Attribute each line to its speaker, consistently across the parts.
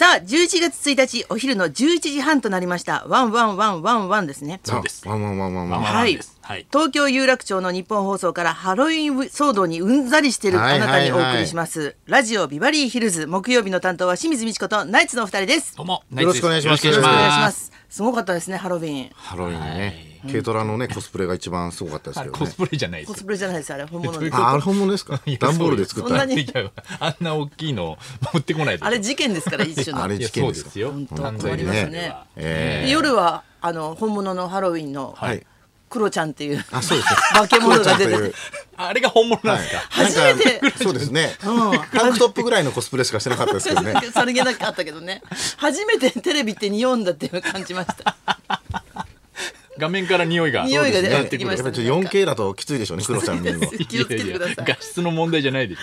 Speaker 1: あ、11月1日お昼の11時半となりました。ワンワンワンワンワンですね。
Speaker 2: そうです
Speaker 3: あわんわんわんわんわん
Speaker 2: まあ
Speaker 1: は
Speaker 2: なん
Speaker 1: い
Speaker 2: ですはい。
Speaker 1: 東京有楽町の日本放送からハロウィン騒動にうんざりしてるあなたにお送りします、ラジオビバリーヒルズ木曜日の担当は清水美智子とナイツのお二人です
Speaker 2: どうも
Speaker 3: よろしくお願いします
Speaker 2: よろく
Speaker 1: お
Speaker 2: お
Speaker 1: 願
Speaker 2: 願
Speaker 1: い
Speaker 2: い
Speaker 1: し
Speaker 2: し
Speaker 1: ま
Speaker 2: ます
Speaker 1: すごかったですねハロウィン
Speaker 3: ハロウィンね、軽トラのねコスプレが一番すごかったです
Speaker 2: あ
Speaker 3: け
Speaker 2: れ
Speaker 3: ど
Speaker 2: コス
Speaker 3: ね
Speaker 2: プレじゃないで
Speaker 1: コ
Speaker 2: す
Speaker 1: ス。プレじゃないですあれ本物
Speaker 2: どう
Speaker 1: で
Speaker 2: いう
Speaker 1: す
Speaker 2: こと
Speaker 3: ああれ本物ですか
Speaker 2: いや
Speaker 3: 段ボールで作っ
Speaker 1: そんな
Speaker 3: た
Speaker 1: に
Speaker 2: いやあんな大きいの 持ってこないで
Speaker 1: あれ事件ですから一種の
Speaker 3: あれ
Speaker 2: いや
Speaker 3: 事件です
Speaker 2: そう
Speaker 3: か
Speaker 2: ですよ
Speaker 1: 本当
Speaker 2: 完
Speaker 1: 困
Speaker 2: 全
Speaker 1: り
Speaker 2: に
Speaker 1: ますね
Speaker 2: ね
Speaker 3: え
Speaker 1: で夜はあの本物のハロウィンの
Speaker 3: ー、はい
Speaker 1: クロちゃんっていう
Speaker 3: あそうですね
Speaker 1: 化け物が出て
Speaker 3: 黒ちゃんという
Speaker 1: て
Speaker 2: あれが本物なん
Speaker 3: は
Speaker 2: で
Speaker 3: い
Speaker 2: すか。
Speaker 1: 初めて
Speaker 3: なんかそうですね
Speaker 1: うん
Speaker 3: タンクトップぐらいのコスプレしかしてなかったですけどね
Speaker 1: さりげなかったけどね初めてテレビって匂うんだっていうのを感じました
Speaker 2: 画面から匂いが
Speaker 1: 匂いが
Speaker 3: ね
Speaker 1: 出
Speaker 3: やってぱ
Speaker 1: き
Speaker 3: り
Speaker 1: ま
Speaker 3: ち
Speaker 1: し
Speaker 3: ょ
Speaker 1: た
Speaker 3: っ
Speaker 1: ね
Speaker 3: と 4K だときついでしょうね黒ちゃん見るの
Speaker 1: そうです気をつけてください
Speaker 2: やや画質の問題じゃないでしょ。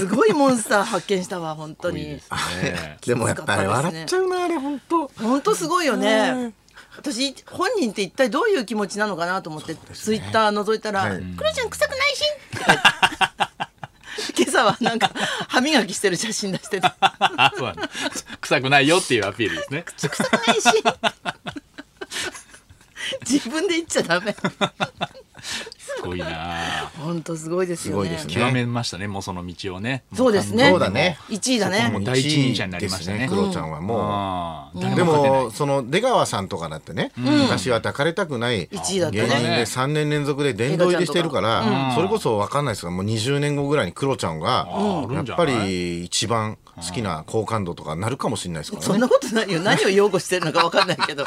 Speaker 1: すごいモンスター発見したわ本当
Speaker 2: いい
Speaker 1: に
Speaker 2: ですね。
Speaker 3: でもやっぱり笑っちゃうなあれ本当
Speaker 1: 本当すごいよね私本人って一体どういう気持ちなのかなと思って、ツイッター覗いたら
Speaker 3: は
Speaker 1: 「
Speaker 3: い
Speaker 1: クロちゃん臭くないしん」って書いて今朝はなんか歯磨きしてる写真出してた
Speaker 2: あそうなんだ臭くないよっていうアピールですね。
Speaker 1: 「臭くないしん」自分で言っちゃダメ
Speaker 2: すごいなあ。
Speaker 1: 本当すごいですよね
Speaker 3: すごいですね
Speaker 2: 極めましたね。もうその道をね。も
Speaker 1: そうですね
Speaker 3: そうだね
Speaker 1: 1位だね
Speaker 2: もう第一人者になりましたね
Speaker 3: 一位です黒ちゃんはもう
Speaker 2: ああ
Speaker 3: で
Speaker 2: 誰も勝てない
Speaker 3: もその出川さんとかだってね、昔は抱かれたくない芸
Speaker 1: 一位だ
Speaker 3: 人
Speaker 1: ったね
Speaker 3: で3年連続で殿堂入りしてるから、それこそ分かんないですがもう20年後ぐらいにクロちゃんが
Speaker 2: うん
Speaker 3: やっぱり一番好きな好感度とかなるかもしれないです から
Speaker 1: そ
Speaker 3: ね
Speaker 1: ん。なことないよ 何を擁護してるのか分かんないけど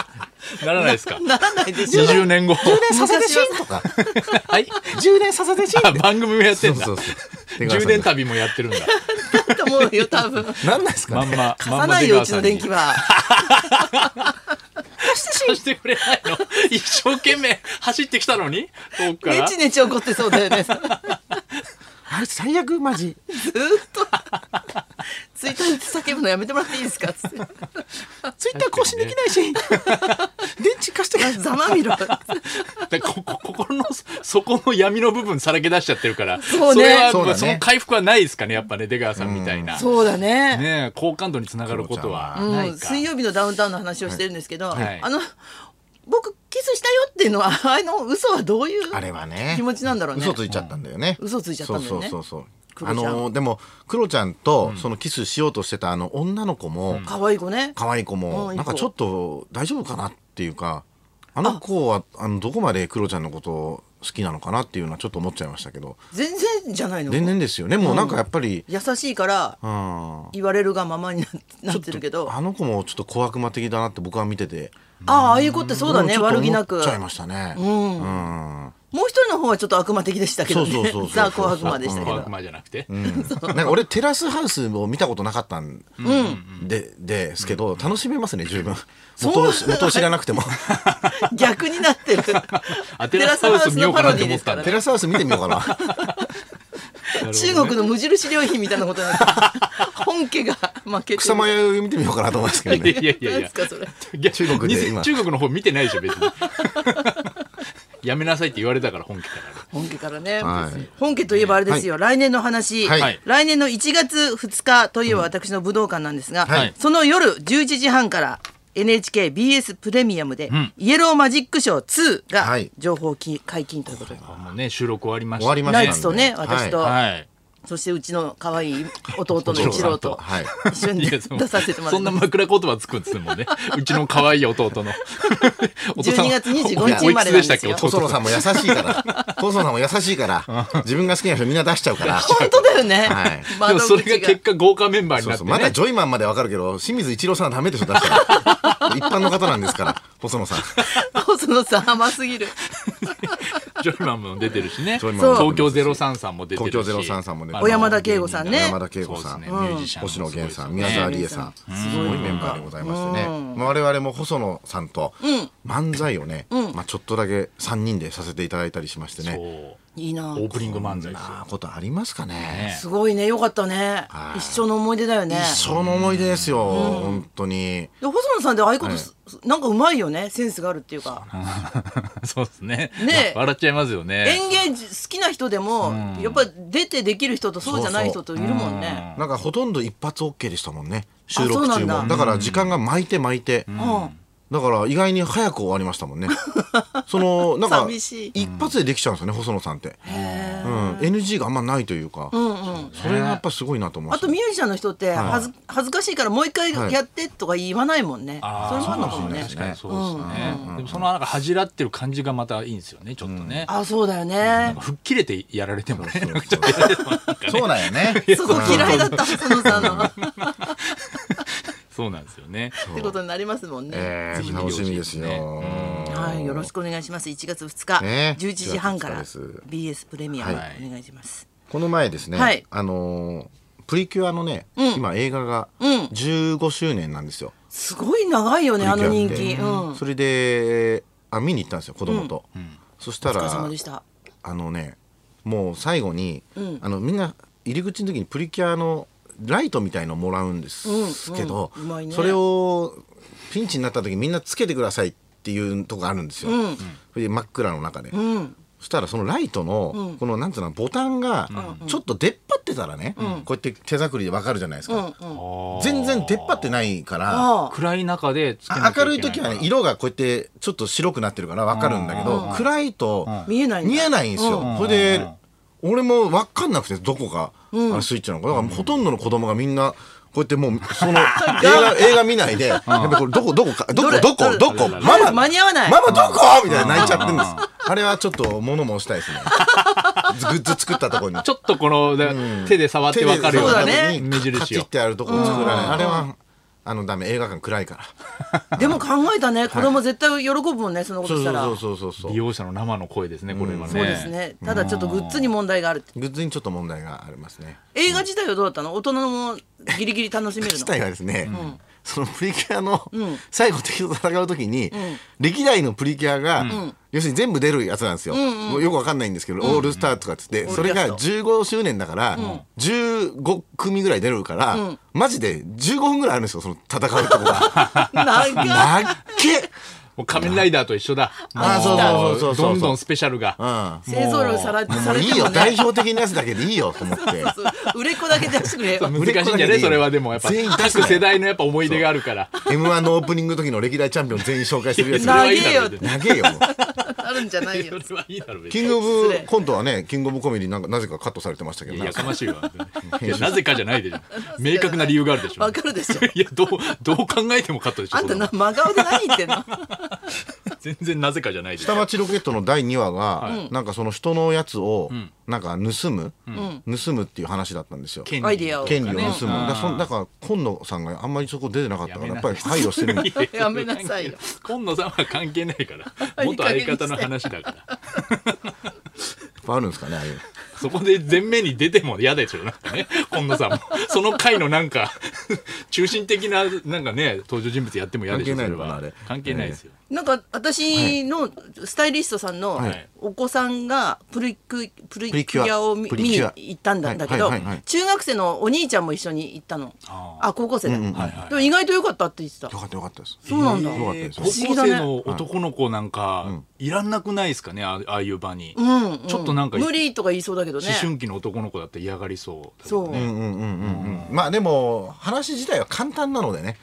Speaker 2: ならないですか。
Speaker 1: ならない でしょ
Speaker 2: 20年後。
Speaker 3: させてしん とか
Speaker 2: はい。
Speaker 3: 充電させてしん
Speaker 2: あ 番組もやって
Speaker 3: そ
Speaker 2: ん
Speaker 3: う
Speaker 2: だ
Speaker 3: そ。うそう
Speaker 2: 充電旅もやってる んだ。
Speaker 1: と思うよ多分
Speaker 3: なんなんですか
Speaker 2: まん
Speaker 3: ね
Speaker 2: ま。
Speaker 1: 貸
Speaker 2: ま
Speaker 1: さ
Speaker 2: んま
Speaker 1: ないようちの電気
Speaker 2: 出川さんに
Speaker 1: は
Speaker 2: 貸してくれないの。 一生懸命走ってきたのに。遠くか
Speaker 1: ネ
Speaker 2: ら
Speaker 1: チ。ネチ怒ってそうだよねずーっ
Speaker 3: あれ最悪マジ
Speaker 1: とツイッターで叫ぶのやめてもらっていいですかつって
Speaker 3: ツイッター更新できないし電池貸してくれ
Speaker 1: ざまみろ
Speaker 2: だからここ心の底の闇の部分さらけ出しちゃってるから
Speaker 1: そうね
Speaker 2: れは
Speaker 3: そうだね
Speaker 2: その回復はないですかねやっぱね出川さんみたいな、
Speaker 1: そうだね
Speaker 2: ねえ好感度につながることは
Speaker 1: う
Speaker 2: ない
Speaker 1: ん、
Speaker 2: か、
Speaker 1: 水曜日のダウンタウンの話をしてるんですけど、
Speaker 2: はい
Speaker 1: あの僕キスしたよっていうのはあの嘘はどういう
Speaker 3: あれはね
Speaker 1: 気持ちなんだろうね
Speaker 3: 嘘ついちゃったんだよね、
Speaker 1: うん嘘ついちゃったんだよね
Speaker 3: そうそうそうそう
Speaker 1: 黒
Speaker 3: あ
Speaker 1: ちゃん
Speaker 3: のーでもクロちゃんとそのキスしようとしてたあの女の子も、
Speaker 1: 可愛い子ね
Speaker 3: 可愛い子も、
Speaker 1: うん
Speaker 3: なんかちょっと大丈夫かなっていうかあの子はあのどこまでクロちゃんのことを好きなのかなっていうのはちょっと思っちゃいましたけど
Speaker 1: 全然じゃないの
Speaker 3: 全然ですよねもうなんかやっぱり、
Speaker 1: 優しいから
Speaker 3: うん
Speaker 1: 言われるがままにな なってるけどあ
Speaker 3: あの子もちょっと小悪魔的だなって僕は見てて
Speaker 1: あああいう子ってそうだね
Speaker 3: んちょっと
Speaker 1: 悪気なく
Speaker 3: 思っちゃいましたね
Speaker 1: ん
Speaker 3: うん
Speaker 1: もう一人の方はちょっと悪魔的でしたけどね
Speaker 3: そうそうそうそ う
Speaker 1: ザ・小悪魔でしたけ
Speaker 2: 小
Speaker 1: ど
Speaker 2: 悪魔じゃなくて、
Speaker 3: なんか俺テラスハウスを見たことなかったんで,、ですけど楽しめますね十分元を元を知らなくても
Speaker 1: 逆にな ってる
Speaker 2: あテラスハウス見ようかなって思ったんだ
Speaker 3: テラスハウス見てみようかな
Speaker 1: 中国の無印良品みたいなことになってる本家が負けてる
Speaker 3: 草間彌生見てみようかなと思います けど
Speaker 2: い
Speaker 3: ね
Speaker 2: やいやいや
Speaker 1: 何で
Speaker 2: いや
Speaker 1: すかそれ
Speaker 2: 中
Speaker 3: 国で今
Speaker 2: 中国の方見てないでしょ別に やめなさいって言われたから本気だから
Speaker 1: 本家からね、
Speaker 3: はい
Speaker 1: 本家といえばあれですよ、来年の話、
Speaker 3: はい
Speaker 1: 来年の1月2日といえば私の武道館なんですが、
Speaker 3: はい
Speaker 1: その夜11時半から NHKBS プレミアムで、イエローマジックショー2が
Speaker 3: はい
Speaker 1: 情報き解禁ということで、
Speaker 2: あもうね収録終わりました
Speaker 3: 終わりました
Speaker 1: ナ
Speaker 3: ね
Speaker 1: イツとね
Speaker 3: はい
Speaker 1: 私と、
Speaker 2: はい
Speaker 1: そしてうちの可愛い弟の一郎と
Speaker 3: はい
Speaker 1: 一緒に
Speaker 2: い
Speaker 1: 出
Speaker 2: やその
Speaker 1: させてもら
Speaker 2: そ
Speaker 1: っ
Speaker 2: ん
Speaker 1: て
Speaker 2: な
Speaker 1: ます
Speaker 2: 枕言葉つくんですもんね。 うちの可愛い弟の。お父さん
Speaker 1: 12月25日生まれなんですよ
Speaker 2: おいくつでしたっけ
Speaker 3: 細
Speaker 2: 弟
Speaker 3: 野さんも優しいから 細野さんも優しいから自分が好きな人みんな出しちゃうから
Speaker 1: 本当だよね、
Speaker 3: はい
Speaker 2: で
Speaker 1: 窓
Speaker 2: も
Speaker 1: 口
Speaker 2: それが結果豪華メンバーに
Speaker 3: そう
Speaker 2: なっ
Speaker 3: そ
Speaker 2: て
Speaker 3: う
Speaker 2: ね。
Speaker 3: まだジョイマンまでわかるけど清水一郎さんはダメでしょ出した ら一般の方なんですから細野さん
Speaker 1: 細野さん甘すぎる
Speaker 2: ジョイマンも出てるしね。
Speaker 3: ジョイマンも
Speaker 2: 東京ゼロ三さんも出てるし。
Speaker 3: 東京03さんも出てる
Speaker 1: 小山田圭吾さんね
Speaker 3: 小山田圭吾さん
Speaker 2: そうですねミュージシャンも
Speaker 3: 星
Speaker 2: すご
Speaker 3: 野
Speaker 2: いですよ
Speaker 3: 源さ
Speaker 2: ね
Speaker 3: ん、宮沢りえさん、すごいメンバーでございましてね、
Speaker 1: うん
Speaker 3: まあ、我々も細野さんと漫才をね、まあ、ちょっとだけ3人でさせていただいたりしましてね、
Speaker 2: そう
Speaker 1: いいな
Speaker 2: オープニング漫才ですよ
Speaker 3: なあことありますかね
Speaker 2: ね
Speaker 1: すごいねよかったね
Speaker 3: はい
Speaker 1: 一生の思い出だよね
Speaker 3: 一生の思い出ですよ、本当に
Speaker 1: で細野さんでああいうことす、なんかうまいよねセンスがあるっていうか
Speaker 2: そうですね
Speaker 1: ねえ
Speaker 2: わ笑っちゃいますよね
Speaker 1: 演芸好きな人でも、やっぱ出てできる人とそうじゃない人といるもんね
Speaker 3: なんかほとんど一発 OK でしたもんね収録
Speaker 1: あそう
Speaker 3: 中
Speaker 1: なん
Speaker 3: も
Speaker 1: だ
Speaker 3: だから時間が巻いて巻いて、だから意外に早く終わりまし たもんねそのなんか
Speaker 1: 寂しい
Speaker 3: 一発でできちゃうんですよね細野さんって、うん、NG があんまないというか、それがやっぱすごいなと思いま
Speaker 1: あ
Speaker 3: す
Speaker 1: とミュージシャンの人って恥ず,、恥ずかしいからもう一回
Speaker 3: はい
Speaker 1: やってとか言わないもんね、
Speaker 2: あー
Speaker 1: それもあるのかもね
Speaker 2: 確かにそうですね、でもそのなんか恥じらってる感じがまたいいんですよねちょっとね、
Speaker 1: あそうだよね、
Speaker 2: 吹っ切れてやられてもね
Speaker 3: そうそう
Speaker 2: なん かちょっとやられてもなんかね
Speaker 3: そうなんよね
Speaker 1: そこ嫌いだった細野さんのっ
Speaker 2: そうなんですよね
Speaker 1: てことになりますもんね、
Speaker 3: えー、楽しみですよ、
Speaker 2: ぜひ見て
Speaker 1: はい、よろしくお願いします。1月2日、
Speaker 3: ね
Speaker 1: 11時半から
Speaker 3: 11です
Speaker 1: BS プレミアムお
Speaker 2: はい
Speaker 1: 願いします。
Speaker 3: この前ですね、
Speaker 1: はい
Speaker 3: あのープリキュアのね、今映画が
Speaker 1: ん
Speaker 3: 15周年なんですよ、
Speaker 1: すごい長いよね、あの人
Speaker 3: プリ
Speaker 1: 気。
Speaker 3: キュ
Speaker 1: う
Speaker 3: アって
Speaker 1: ん。お
Speaker 3: それであ見に行ったんですよ子供と、そした
Speaker 1: 疲れ
Speaker 3: ら
Speaker 1: 様でした。
Speaker 3: あのねもう最後に、
Speaker 1: ん
Speaker 3: あのみんな入り口の時にプリキュアのライトみたいのもらうんですけど、
Speaker 1: うんうんうまいね
Speaker 3: それをピンチになった時みんなつけてくださいっていうとこがあるんですよ、
Speaker 1: うん
Speaker 3: それで真っ暗の中で、
Speaker 1: うん。
Speaker 3: そしたらそのライトのこのなんつうのボタンがちょっと出っ張ってたらね、こうやって手作りでわかるじゃないです
Speaker 1: うん。う
Speaker 3: か、
Speaker 1: ん。
Speaker 3: 全然出っ張ってないから
Speaker 1: ああ。
Speaker 2: 暗い中でつけな
Speaker 3: あ
Speaker 2: きゃ
Speaker 3: 明
Speaker 2: いけな
Speaker 3: るい時はね
Speaker 2: から
Speaker 3: 色がこうやってちょっと白くなってるからわかるんだけど、暗いと
Speaker 1: 見えないんだ
Speaker 3: 見えないんですよ、
Speaker 1: う
Speaker 3: それで俺も分かんなくてどこが、あのスイッチなのかだからほとんどの子供がみんなこうやってもうその映画映画見ないで、やっぱりこれどこどこかどこ
Speaker 1: どれど
Speaker 3: どこ
Speaker 1: れ
Speaker 3: どこ
Speaker 2: どれ
Speaker 3: ママ
Speaker 1: 間に合わない
Speaker 3: ママどこみたいな泣いちゃってるんですあれはちょっと物申したいですねグッズ作ったところに
Speaker 2: ちょっとこの、だ手で触ってわかるよう
Speaker 1: そ
Speaker 2: な
Speaker 1: うだね
Speaker 2: 目印
Speaker 3: 切っ
Speaker 2: を。
Speaker 3: てあるところ作らない、あれはあのダメ映画館暗いから
Speaker 1: でも考えたね、子供絶対喜ぶもんね、そんなこと
Speaker 3: そう
Speaker 1: したら。
Speaker 3: そうそうそうそう
Speaker 2: 利用者の生の声ですね、これはね。
Speaker 1: そうですね。ただちょっとグッズに問題があるって。
Speaker 3: グッズにちょっと問題がありますね。
Speaker 1: 映画自体はどうだったの大人もギリギリ楽しめる
Speaker 3: 自
Speaker 1: の
Speaker 3: 体はですね、そのプリキュアの
Speaker 1: ん
Speaker 3: 最後敵と戦う時に、歴代のプリキュアが、要するに全部出るやつなんですよ、もうよくわかんないんですけど、オールスターとかっつって、
Speaker 1: ん
Speaker 3: それ
Speaker 1: オール
Speaker 3: が
Speaker 1: キャス
Speaker 3: 15周年だから、15組ぐらい出るから、マジで15分ぐらいあるんですよその戦うとこが。
Speaker 1: 長い。
Speaker 3: なっけ
Speaker 2: もう仮面ライダーと一緒だ。
Speaker 3: あ
Speaker 2: も
Speaker 3: そうそうそうそうそう
Speaker 2: どんどんスペシャルが。
Speaker 3: う
Speaker 1: 製造量さら
Speaker 3: ん、
Speaker 1: さ
Speaker 3: もう
Speaker 1: れ
Speaker 3: い
Speaker 1: て
Speaker 3: い
Speaker 1: も
Speaker 3: よ代
Speaker 1: ね。
Speaker 3: 表的なやつだけでいいよと思って
Speaker 1: そう売れっ子だけ出してくれよ。
Speaker 2: 難しいんじゃねそれはでもやっぱ、
Speaker 3: 全員出して
Speaker 2: 各世代のやっぱ思い出があるから。
Speaker 3: m 1のオープニングの時の歴代チャンピオン全員紹介してるやつ
Speaker 2: それ
Speaker 1: 長
Speaker 2: は
Speaker 1: え
Speaker 2: いいだろ
Speaker 1: よ
Speaker 2: う別に
Speaker 3: 長えよもう。
Speaker 1: あるんじゃないよ。
Speaker 2: それはいいだろう別
Speaker 3: キ
Speaker 2: に
Speaker 3: ングオ
Speaker 1: 失
Speaker 3: ブ
Speaker 1: 礼
Speaker 3: コントはね、キングオブコメディなんかなぜかカットされてましたけど
Speaker 2: いや
Speaker 3: ね
Speaker 2: や。かましいわ。いやなぜかじゃないでしょ。明確な理由があるでしょ。
Speaker 1: わかるでしょ。
Speaker 2: いや、どう、どう考えてもカットでしょ。
Speaker 1: あんた
Speaker 2: そんな
Speaker 1: な
Speaker 2: の
Speaker 1: 真顔で何言ってんの
Speaker 2: 全然なぜかじゃないでし
Speaker 3: 下
Speaker 2: ょ。
Speaker 3: 町ロケットの第2話が、なんかその人のやつを、なんか盗む、盗むっていう話だったんですよ。
Speaker 2: 権
Speaker 1: アイディアを
Speaker 3: 権利を盗む。
Speaker 2: うん
Speaker 3: だからそんだから今野さんがあんまりそこ出てなかったから、や
Speaker 2: やめ
Speaker 3: っ
Speaker 2: な
Speaker 3: ぱり配慮してる。
Speaker 1: やめなさいよ。
Speaker 2: 今野さんは関係ないから。 元相方の話だから。
Speaker 3: あるんですかね、ああいう。
Speaker 2: そこで前面に出ても嫌ですよ、なんかね。今野さんも。その回のなんか、中心的な、なんかね、登場人物やっても嫌でしょ、
Speaker 3: 関係ない
Speaker 2: そ
Speaker 3: の
Speaker 2: れ
Speaker 3: かな
Speaker 2: は
Speaker 3: あれ。
Speaker 2: 関係ないですよ。
Speaker 1: なんか私のスタイリストさんの
Speaker 3: はい
Speaker 1: お子さんがプリクプリ
Speaker 3: プ
Speaker 1: キ
Speaker 3: リキュア
Speaker 1: ュアを見
Speaker 3: プ
Speaker 1: 見
Speaker 3: リ
Speaker 1: に
Speaker 3: キュア
Speaker 1: 行ったんだ,、
Speaker 3: はい
Speaker 1: だけど、
Speaker 3: はいはいはい
Speaker 1: 中学生のお兄ちゃんも一緒に行ったのあ
Speaker 2: あ
Speaker 1: 高校生だ、
Speaker 3: うんうん
Speaker 2: はいはい
Speaker 1: でも意外と良かったって言ってた
Speaker 3: よかったよかったです。
Speaker 1: そうなんだ
Speaker 3: よかった
Speaker 2: え
Speaker 3: で
Speaker 2: ー
Speaker 3: す
Speaker 2: 高
Speaker 1: 不思議
Speaker 3: よ
Speaker 2: 校。
Speaker 1: だね
Speaker 2: 生の男の子なんか、いらんなくないですかね、あああいう場に。
Speaker 1: うん、うん
Speaker 2: ちょっとなんか、
Speaker 1: 無理とか言いそうだけどね
Speaker 2: 思春期の男の子だったら嫌がりそうだけど。
Speaker 1: そう、
Speaker 3: うんうんうんうんうん。まあでも、話自体は簡単なのでね。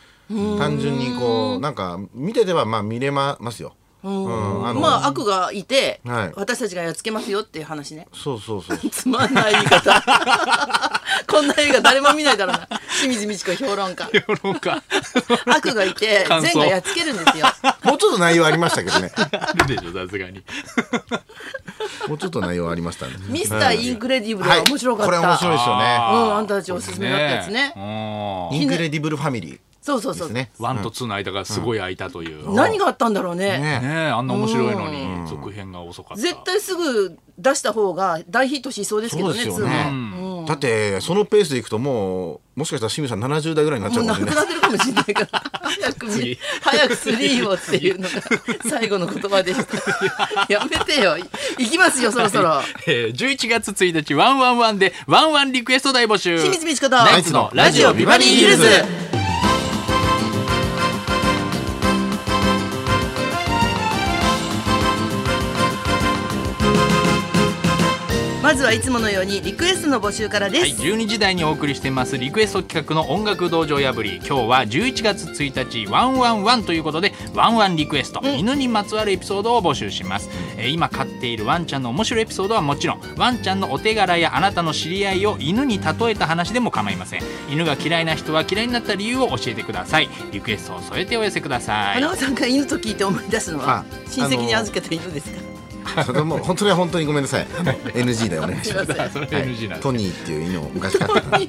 Speaker 3: 単純にこう、なんか見ててはまあ見れまますよ。うんあの
Speaker 1: まあ悪がいて、
Speaker 3: はい
Speaker 1: 私たちがやっつけますよっていう話ね
Speaker 3: そうそうそう。
Speaker 1: つまんない言い 方こんな映画誰も見ないだろうな清水美智子評論家
Speaker 2: なんか、
Speaker 1: 悪がいて
Speaker 2: 感想
Speaker 1: 善がやっつけるんですよ
Speaker 3: もうちょっと内容ありましたけどね。
Speaker 2: あるでしょ、さすがに。
Speaker 3: もうちょっと内容ありましたね。
Speaker 1: ミスターインクレディブル
Speaker 3: は
Speaker 1: はい面白かっ
Speaker 3: こ
Speaker 1: た、
Speaker 3: れ面白いですよね。
Speaker 1: うんあんたたちおすすめだったやつね
Speaker 2: うん
Speaker 3: インクレディブルファミリ
Speaker 1: そうそう
Speaker 3: ー
Speaker 1: そ
Speaker 3: で
Speaker 1: う、
Speaker 3: すね。
Speaker 2: ワンとツーの間がすごい空いたという。ね
Speaker 1: 何があったんだろうね
Speaker 3: ね
Speaker 2: え、あんな面白いのに、続編が遅かった。
Speaker 1: 絶対すぐ出した方が大ヒットしそうですけどね
Speaker 3: そうです
Speaker 1: ツー
Speaker 3: よね
Speaker 1: も
Speaker 3: だってそのペースでいくともうもしかしたら清水さん70代ぐらいになっちゃ
Speaker 1: も
Speaker 3: う
Speaker 1: う
Speaker 3: か
Speaker 1: な
Speaker 3: も
Speaker 1: くなって
Speaker 3: ね
Speaker 1: るかもしれないから 早く
Speaker 2: 次
Speaker 1: み早くスリーをっていうのが最後の言葉でしたやめてよい行きますよそろそろ
Speaker 2: えー、11月1日ワンワンワンでワンワンリクエスト大募集
Speaker 1: 清水美智子と
Speaker 2: ナイツのラジオビバリーヒルズ
Speaker 1: まずはいつものようにリクエストの募集からです、
Speaker 2: はい、12時台にお送りしていますリクエスト企画の音楽道場破り今日は11月1日ワンワンワンということでワンワンリクエスト、犬にまつわるエピソードを募集します、えー今飼っているワンちゃんの面白いエピソードはもちろんワンちゃんのお手柄やあなたの知り合いを犬に例えた話でも構いません犬が嫌いな人は嫌いになった理由を教えてくださいリクエストを添えてお寄せください
Speaker 1: 花尾さんが犬と聞いて思い出すのは
Speaker 3: あ
Speaker 1: 親戚に預けた犬ですか、
Speaker 3: それもう本当に本当にごめんなさいあの NG でお 願いします
Speaker 1: すいません
Speaker 2: それ
Speaker 3: はい
Speaker 2: NG なんです、
Speaker 3: トニーっていう犬を昔飼ってたはい、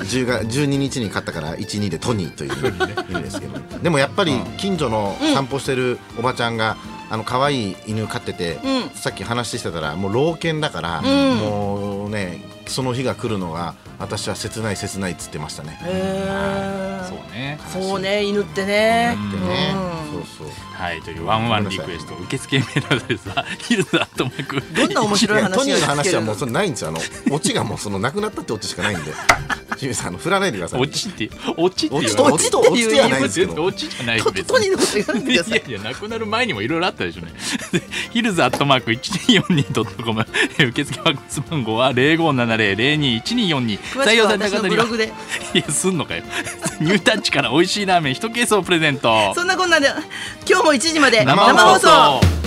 Speaker 3: 10が12日に飼ったから12でトニーという犬ですけどでもやっぱり近所の散歩してるおばちゃんが、あの可愛い犬飼ってて、
Speaker 1: うん
Speaker 3: さっき話してたらもう老犬だから、
Speaker 1: ん
Speaker 3: もうねその日が来るのが私は切ない切ないっつってましたね。
Speaker 1: へー
Speaker 2: そうね
Speaker 1: そうね犬ってね
Speaker 3: でね、
Speaker 1: うん
Speaker 3: そうそう
Speaker 2: はいというワンワンリクエスト受付メールアドレスはヒルズアットマーク
Speaker 1: どんな面
Speaker 3: い
Speaker 1: 白い
Speaker 3: や
Speaker 1: 話
Speaker 3: トニー
Speaker 1: が聞
Speaker 3: の
Speaker 1: け
Speaker 3: 話
Speaker 1: る
Speaker 3: はもうそれないんですよあ のオチがもうそのなくなったってオチしかないんで清水さんあの振らないでください
Speaker 2: 落ちて落ちって
Speaker 3: オ
Speaker 2: いう
Speaker 3: チ
Speaker 2: の
Speaker 3: と
Speaker 2: は
Speaker 3: オチとオチではないんですけ
Speaker 2: 全然
Speaker 3: ど
Speaker 2: 落ちじゃない
Speaker 1: と
Speaker 2: 別
Speaker 1: トニー
Speaker 2: に
Speaker 1: のこと言わない
Speaker 2: い
Speaker 1: で
Speaker 2: や
Speaker 1: ください
Speaker 2: いやなくなる前にもいろいろあったでしょうねでヒルズアットマーク 1242.com え受付ファックス番号は0570021242
Speaker 1: 詳
Speaker 2: 採
Speaker 1: しく
Speaker 2: 用
Speaker 1: は
Speaker 2: された
Speaker 1: 私の
Speaker 2: 方
Speaker 1: ブ
Speaker 2: に
Speaker 1: ロ
Speaker 2: は
Speaker 1: グで
Speaker 2: いやすんのかよニュータッチから美味しいラーメン1ケースをプレゼント
Speaker 1: そんなこんなで今日も1時まで
Speaker 2: 生
Speaker 1: 生放送
Speaker 2: 放送